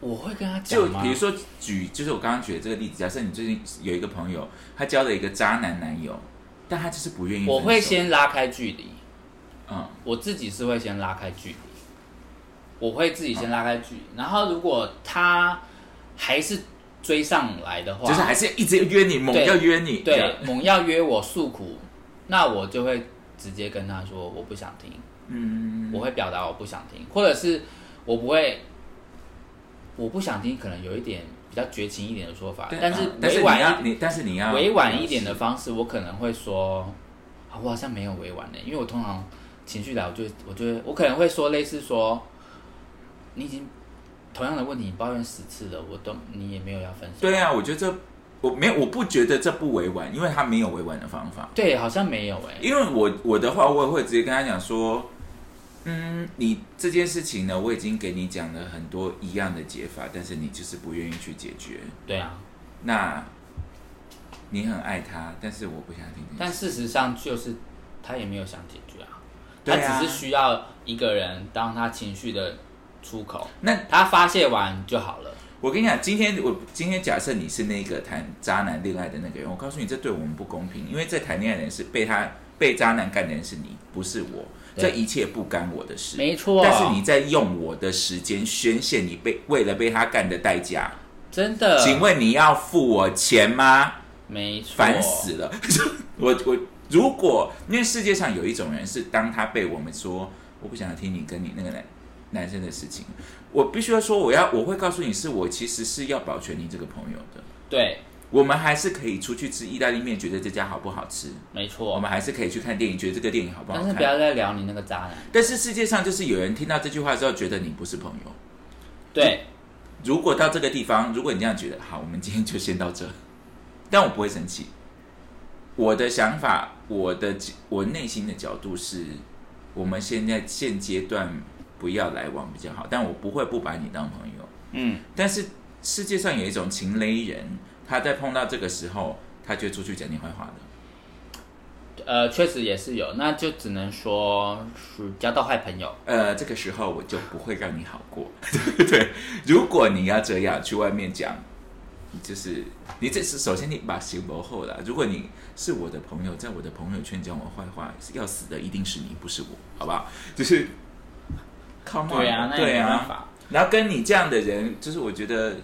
S4: 我会跟他讲
S3: 就
S4: 吗？
S3: 比如说举，就是我刚刚举的这个例子，假设你最近有一个朋友，她交了一个渣男男友，但她就是不愿意。
S4: 我会，先拉开距离，
S3: 嗯，
S4: 我自己是会先拉开距离，我会自己先拉开距离。然后如果他还是追上来的话，
S3: 就是还是一直约你，猛
S4: 对
S3: 要约你，这样
S4: 对，猛要约我诉苦，那我就会直接跟他说我不想听，
S3: 嗯，
S4: 我会表达我不想听，或者是我不会，我不想听，可能有一点比较绝情一点的说法，
S3: 对
S4: 但是
S3: 啊但是
S4: 委
S3: 你
S4: 婉一
S3: 要你，但是你要
S4: 委婉一点的方式，我可能会说，啊我好像没有委婉的、因为我通常情绪来，我就我就会我可能会说类似说，你已经同样的问题你抱怨十次了，我都你也没有要分手，
S3: 对啊，我觉得这我没有，我不觉得这不委婉，因为她没有委婉的方法。
S4: 对，好像没有哎、
S3: 因为我我的话，我也会直接跟他讲说，嗯，你这件事情呢，我已经给你讲了很多一样的解法，但是你就是不愿意去解决。
S4: 对啊，
S3: 那你很爱他，但是我不想听你。
S4: 但事实上就是他也没有想解决啊，
S3: 对
S4: 他
S3: 啊
S4: 只是需要一个人当他情绪的出口，
S3: 那
S4: 他发泄完就好了，
S3: 我跟你讲，今天我今天假设你是那个谈渣男恋爱的那个人，我告诉你，这对我们不公平，因为在谈恋爱的人是被他被渣男干的人是你，不是我。这
S4: 对
S3: 一切不干我的事，
S4: 没错
S3: 但是你在用我的时间宣泄你被为了被他干的代价。
S4: 真的，
S3: 请问你要付我钱吗？
S4: 没错，
S3: 烦死了！ 我我如果因为世界上有一种人是，当他被我们说我不想要听你跟你那个男男生的事情，我必须要说我要我会告诉你是我其实是要保全你这个朋友的。
S4: 对，
S3: 我们还是可以出去吃意大利面，觉得这家好不好吃；
S4: 没
S3: 我
S4: 错，
S3: 们还是可以去看电影，觉得这个电影好不好
S4: 但
S3: 看。
S4: 是不要再聊你那个渣男。
S3: 但是世界上就是有人听到这句话之后，觉得你不是朋友。
S4: 对，
S3: 如果到这 个地方，如果你这样觉得，好，我们今天就先到这。但我不会生气，我的想法，我的我内心的角度是，我们现在现阶段不要来往比较好，但我不会不把你当朋友。
S4: 嗯，
S3: 但是世界上有一种情勒人，他在碰到这个时候，他就出去讲你坏话的。
S4: 呃，确实也是有，那就只能说是交到坏朋友。
S3: 呃，这个时候我就不会让你好过， 对不对？如果你要这样去外面讲，就是你这是首先你把心磨厚了。如果你是我的朋友，在我的朋友圈讲我坏话，要死的一定是你，不是我，好不好？就是，come on，
S4: 对啊，
S3: 嗯
S4: 那也
S3: 对
S4: 没办
S3: 啊。
S4: 法。
S3: 然后跟你这样的人，就是我觉得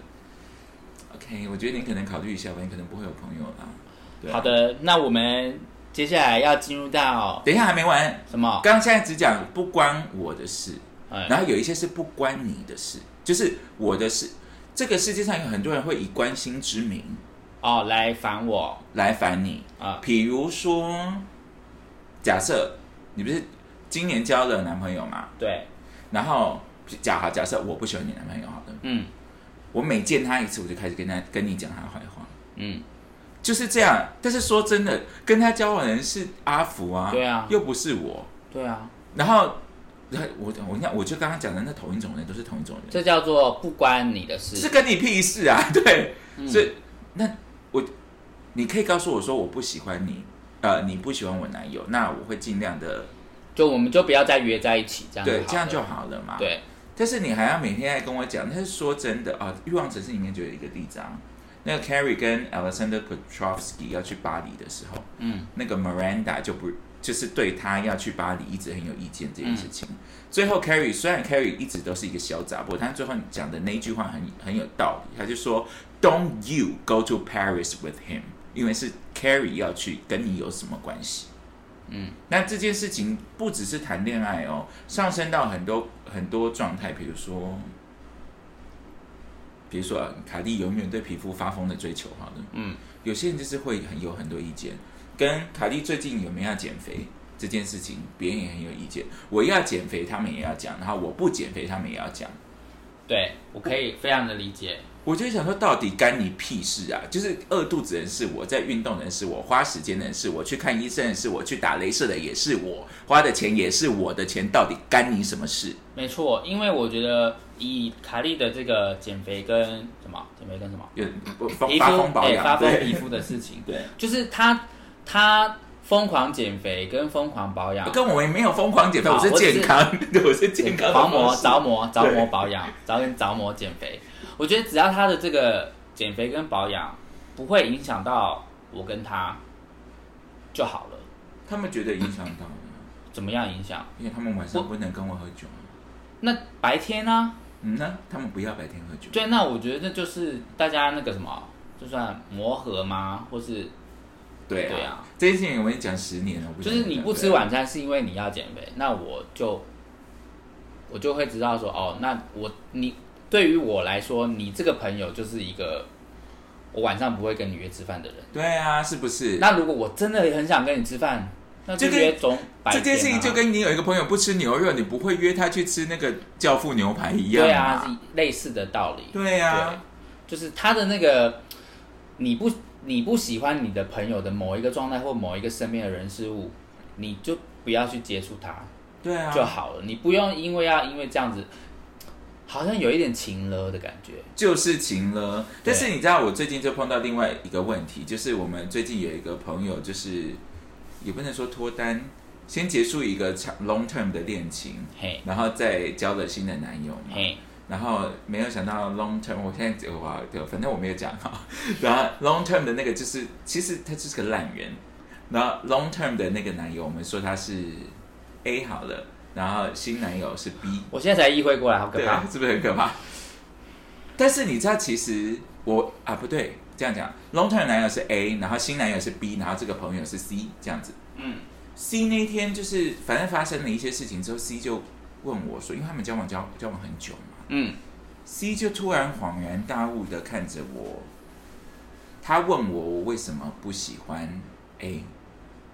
S3: ，OK，我觉得你可能考虑一下吧，你可能不会有朋友啦。对啊
S4: 好，的，那我们接下来要进入到
S3: 等一下还没完，
S4: 什么？
S3: 刚刚现在只讲不关我的事，
S4: 哎
S3: 然后有一些是不关你的事，就是我的事。这个世界上有很多人会以关心之名
S4: 哦，来烦我
S3: 来烦你，
S4: 啊、
S3: 比如说，假设你不是今年交了男朋友嘛，
S4: 对，
S3: 然后假好假设我不喜欢你男朋友好了，
S4: 嗯
S3: 我每见他一次我就开始跟他跟你讲他坏话，
S4: 嗯，
S3: 就是这样。但是说真的，跟他交往的人是阿福啊，
S4: 对啊
S3: 又不是我。
S4: 对啊，
S3: 然后，然后我我你看，我就刚刚讲的那同一种人都是同一种人，
S4: 这叫做不关你的
S3: 这
S4: 事。
S3: 跟你屁事啊！
S4: 嗯
S3: 对，所以那我你可以告诉我说我不喜欢你，呃，你不喜欢我男友，那我会尽量的
S4: 就我们就不要再约在一起，这样
S3: 对
S4: 好，
S3: 这样
S4: 了
S3: 就好了嘛。，
S4: 对，
S3: 但是你还要每天来跟我讲。但是说真的啊，欲望城市》里面就有一个例子啊，那个 Carrie 跟 Alexander Petrovsky 要去巴黎的时候，
S4: 嗯
S3: 那个 Miranda 就不就是对他要去巴黎一直很有意见这件事情。最后 Carrie 虽然 Carrie 一直都是一个小杂货，但最后讲的那一句话很很有道理，他就说 "Don't you go to Paris with him"，因为是 Carrie 要去，跟你有什么关系？
S4: 嗯，
S3: 那这件事情不只是谈恋爱哦，上升到很多很多状态，比如说，比如说呃卡莉永远对皮肤发疯的追求，好了，
S4: 嗯，
S3: 有些人就是会很有很多意见，跟卡莉最近有没有要减肥这件事情，别人也很有意见。我要减肥，他们也要讲，然后我不减肥，他们也要讲。
S4: 对，我可以非常的理解。
S3: 我就想说，到底干你屁事啊！就是饿肚子的人是我，在运动的人是我，花时间的人是我，去看医生的人是我，去打镭射的也是我，花的钱也是我的钱，到底干你什么事？
S4: 没错，因为我觉得以卡莉的这个减肥跟什么减肥跟什么
S3: 有我发
S4: 皮肤
S3: 发疯保
S4: 哎
S3: 养，
S4: 发疯
S3: 对
S4: 皮肤的事情，
S3: 对，
S4: 就是她她疯狂减肥跟疯狂保养，
S3: 跟我也没有疯狂减肥，
S4: 好
S3: 我是
S4: 啊我只是
S3: 健康，对，我是健康的
S4: 着魔
S3: 模式
S4: 着魔着魔保养，着跟着魔减肥。我觉得只要她的这个减肥跟保养不会影响到我跟她就好了。
S3: 他们觉得影响到了，
S4: 怎么样影响？
S3: 因为他们晚上不能跟我喝酒。
S4: 那白天呢、
S3: 嗯呢，他们不要白天喝酒。
S4: 对，那我觉得那就是大家那个什么，就算磨合吗？或是
S3: 对
S4: 对啊，
S3: 这件事情我跟你讲十年了，我
S4: 就是你不吃晚餐是因为你要减肥，那我就我就会知道说，哦，那我你对于我来说，你这个朋友就是一个我晚上不会跟你约吃饭的人。
S3: 对啊，是不是？
S4: 那如果我真的很想跟你吃饭，那就
S3: 这个
S4: 约中白天、
S3: 这
S4: 啊、
S3: 件事情就跟你有一个朋友不吃牛肉，你不会约他去吃那个教父牛排一样
S4: 对
S3: 嘛
S4: 啊，是类似的道理。
S3: 对啊，
S4: 就是他的那个你不你不喜欢你的朋友的某一个状态或某一个身边的人事物，你就不要去接触他
S3: 对啊，
S4: 就好了。你不用因为要因为这样子，好像有一点情了的感觉。
S3: 就是情了。
S4: 对
S3: 但是你知道，我最近就碰到另外一个问题，就是我们最近有一个朋友，就是也不能说脱单，先结束一个长 long term 的恋情，
S4: 嘿，
S3: 然后再交了新的男友嘛。
S4: 嘿，
S3: 然后没有想到 long term，我现在我对，反正我没有讲好。 然后 long term 的那个就是，其实他就是个烂人。然后 long term 的那个男友，我们说他是 A 好了，然后新男友是 B，
S4: 我现在才意会过来，好可
S3: 对
S4: 怕
S3: 吧？。是不是很可怕？但是你知道，其实我啊不对，这样讲，long term 男友是 A，然后新男友是 B，然后这个朋友是 C，这样子。
S4: 嗯
S3: C 那一天就是反正发生了一些事情之后，C 就问我说，因为他们交往交交往很久嘛，
S4: 嗯
S3: C 就突然恍然大悟的看着我，他问我我为什么不喜欢 A，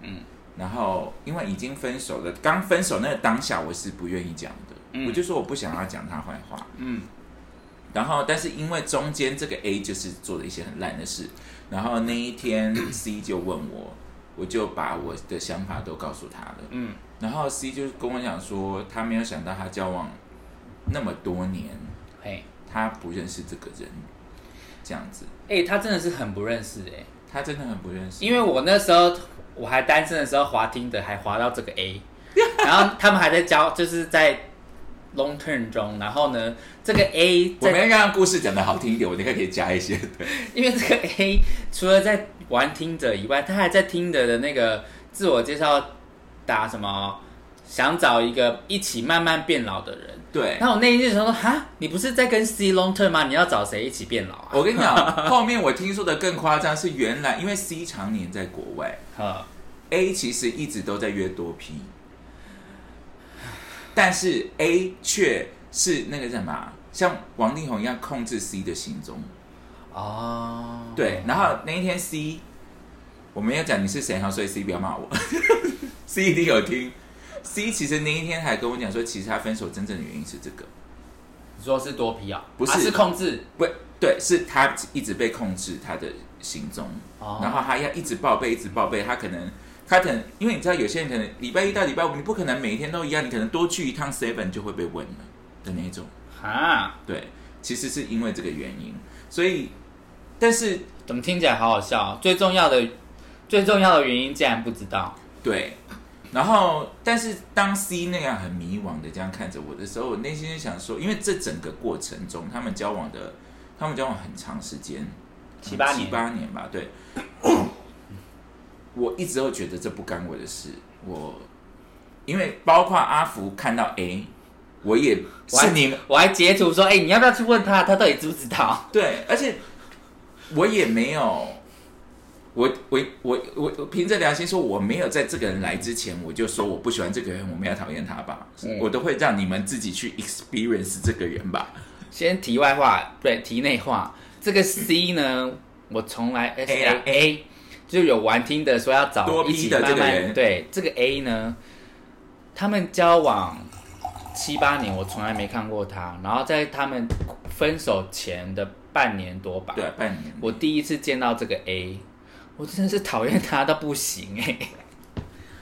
S4: 嗯
S3: 然后因为已经分手了，刚分手那个当下我是不愿意讲的，
S4: 嗯
S3: 我就说我不想要讲他坏话。
S4: 嗯，
S3: 然后但是因为中间这个 A 就是做了一些很烂的事，然后那一天 C 就问我，我就把我的想法都告诉他了。
S4: 嗯，
S3: 然后 C 就跟我讲说，他没有想到他交往那么多年，
S4: 嘿，
S3: 他不认识这个人，这样子，
S4: 哎、他真的是很不认识哎、
S3: 他真的很不认识。
S4: 因为我那时候我还单身的时候滑听的，还滑到这个 A，然后他们还在交，就是在 long term 中，然后呢，这个 A
S3: 我
S4: 在
S3: 们要让故事讲的好听一点，我应该可以加一些。 对，
S4: 因为这个 A 除了在玩听者以外，他还在听者的那个自我介绍打什么，想找一个一起慢慢变老的人。
S3: 对
S4: 那我那一句想说，哈，你不是在跟 C long term 吗？你要找谁一起变老啊？
S3: 我跟你讲， 后面我听说的更夸张，是原来因为 C 常年在国外
S4: 呵，
S3: ，A 其实一直都在约多批，但是 A 却是那个什么，啊像王力宏一样控制 C 的行踪。
S4: 哦，
S3: 对，然后那一天 C，我没有讲你是谁哈，所以 C 不要骂我 ，C 一定有听。C 其实那一天还跟我讲说，其实他分手真正的原因是这个，
S4: 你说是多批啊？
S3: 不是
S4: 啊是控制。
S3: 不对，是他一直被控制他的行踪，
S4: 哦
S3: 然后他要一直报备，一直报备，他可能。他可能，因为你知道，有些人可能礼拜一到礼拜五，你不可能每一天都一样，你可能多去一趟 seven 就会被问了的那一种。
S4: 哈，
S3: 对，其实是因为这个原因，所以，但是
S4: 怎么听起来好好笑、啊最重要的，最重要的原因竟然不知道。
S3: 对，然后但是当 C 那样很迷惘的这样看着我的时候，我内心就想说，因为这整个过程中，他们交往的，他们交往很长时间，
S4: 七八年
S3: 七八年吧，对。 我一直都觉得这不干我的事，我因为包括阿福看到 A，我也
S4: 我还
S3: 是你们
S4: 我还截图说，哎、你要不要去问他，他到底知不知道？
S3: 对，而且我也没有，我我我我我凭着良心说，我没有在这个人来之前，我就说我不喜欢这个人，我们要讨厌他吧，
S4: 嗯
S3: 我都会让你们自己去 experience 这个人吧。
S4: 先题外话，不对，题内话。这个 C 呢，我从来 S
S3: A 啊
S4: A A 就有玩听的说要找
S3: 多
S4: 一
S3: 逼
S4: 起
S3: 的
S4: 慢
S3: 这
S4: 慢
S3: 个人
S4: 对这个 A 呢，他们交往七八年，我从来没看过他。然后在他们分手前的半年多吧，
S3: 对、啊，半年，
S4: 我第一次见到这个 A，我真的是讨厌他到不行哎、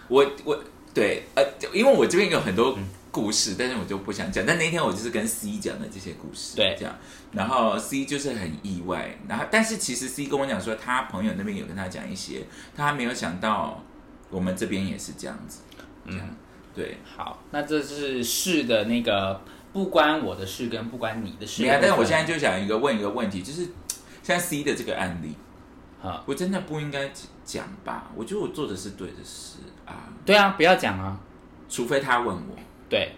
S3: 我我对呃，就因为我这边有很
S4: 嗯
S3: 多故事，但是我就不想讲。但那天我就是跟 C 讲的这些故事，
S4: 对
S3: 这样。然后 C 就是很意外，然后但是其实 C 跟我讲说，他朋友那边有跟他讲一些，他没有想到我们这边也是这样子，
S4: 嗯
S3: 这样、对。
S4: 好，那这是事的那个不关我的事跟不关你的事的
S3: 没有，
S4: 部分。
S3: 但是我现在就想一个问一个问题，就是像 C 的这个案例，
S4: 啊，
S3: 我真的不应该讲吧？我觉得我做的是对的事啊，
S4: 对啊，不要讲啊。
S3: 除非他问我，
S4: 对，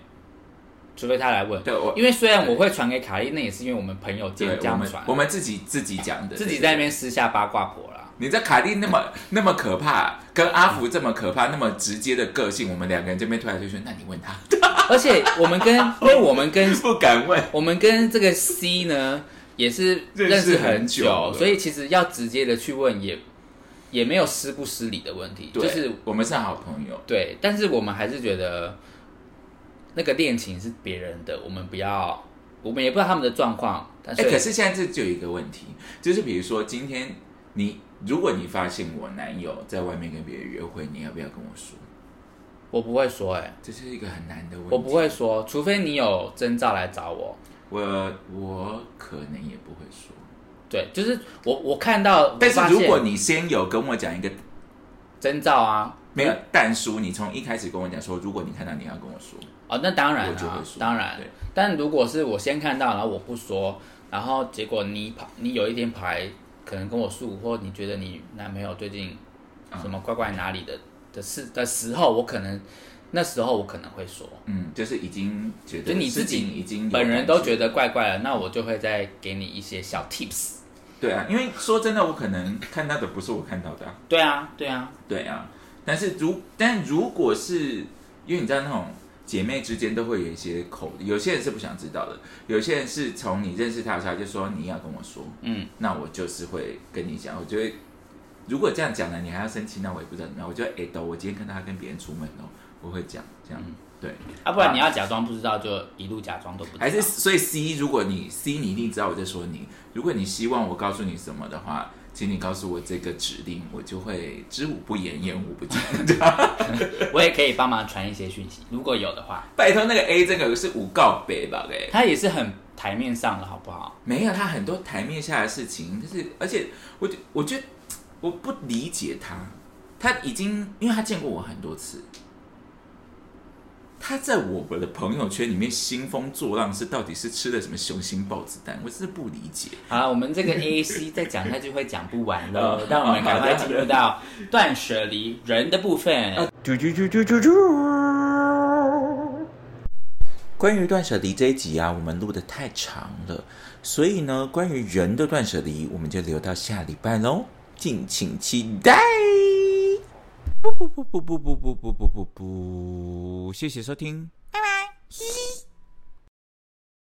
S4: 除非他来问。
S3: 对我
S4: 因为虽然我会传给卡莉，那也是因为我们朋友间
S3: 对
S4: 这
S3: 我
S4: 样
S3: 们
S4: 传，
S3: 我们自己自己讲的，
S4: 自己
S3: 对
S4: 在那边私下八卦婆啦。
S3: 你在卡蒂那么那么可怕，跟阿福这么可怕，那么直接的个性，我们两个人这边推来推去，那你问他，
S4: 而且我们跟，因为我们跟
S3: 不敢问。
S4: 我们跟这个 C 呢，也是
S3: 认识
S4: 认识
S3: 很
S4: 很
S3: 久了
S4: 所以其实要直接的去问也也没有失不失礼的问题，
S3: 对，
S4: 就是
S3: 我们是好朋友，
S4: 对，但是我们还是觉得那个恋情是别人的，我们不要，我们也不知道他们的状况，但是、
S3: 哎、可是现在这就有一个问题，就是比如说今天你，如果你发现我男友在外面跟别人约会，你要不要跟我说？
S4: 我不会说、哎，
S3: 这是一个很难的问题。
S4: 我不，会说，除非你有征兆来找我。
S3: 我我可能也不会说。
S4: 对，就是我我看到，
S3: 但
S4: 我发
S3: 是
S4: 现
S3: 如果你先有跟我讲一个
S4: 征兆啊，
S3: 没有但书，你从一开始跟我讲说，如果你看到你要跟我说，
S4: 哦，那当然
S3: 我就
S4: 啊
S3: 会，说
S4: 当然
S3: 对。
S4: 但如果是我先看到，然后我不说，然后结果你跑，你有一天跑来，可能跟我诉苦，或你觉得你男朋友最近什么怪怪哪里的、的事的时候，我可能那时候我可能会说，
S3: 嗯，就是已经觉得
S4: 就你自
S3: 事
S4: 己
S3: 情已经有
S4: 本人都觉
S3: 感
S4: 得怪怪的，那我就会再给你一些小 tips。
S3: 对啊，因为说真的，我可能看到的不是我看到的啊、
S4: 对啊，对啊，
S3: 对啊。但是如但如果是因为你知道那种姐妹之间都会有一些口，有些人是不想知道的，有些人是从你认识他的时候他就说你要跟我说，
S4: 嗯，
S3: 那我就是会跟你讲，我就会如果这样讲了，你还要生气，那我也不知道怎么样，我就会哎都，我今天看到他跟别人出门哦，我会讲这样，对，
S4: 啊，不然你要假装不知道，就一路假装都不知道。
S3: 还是所以 C，如果你 C 你一定知道我在说你，如果你希望我告诉你什么的话，请你告诉我这个指令，我就会知无不言，言无不尽。
S4: 我也可以帮忙传一些讯息，如果有的话，
S3: 拜托，那个 A 这个是五告北吧？哎，
S4: 他也是很台面上的好不好？
S3: 没有，他很多台面下的事情，就是而且我我觉得我不理解他，他已经因为他见过我很多次，他在我们的朋友圈里面兴风作浪，是到底是吃了什么雄心豹子胆？我真的不理解。
S4: 好了，我们这 个 A C 再讲下去会讲不完
S3: 哦
S4: 了，让我们赶快
S3: 好的
S4: 进入到断舍离人的部分。
S3: 关于断舍离这一集啊，我们录的太长了，所以呢，关于人的断舍离，我们就留到下礼拜喽，敬请期待。不不不不不不不不不不不，谢谢收听。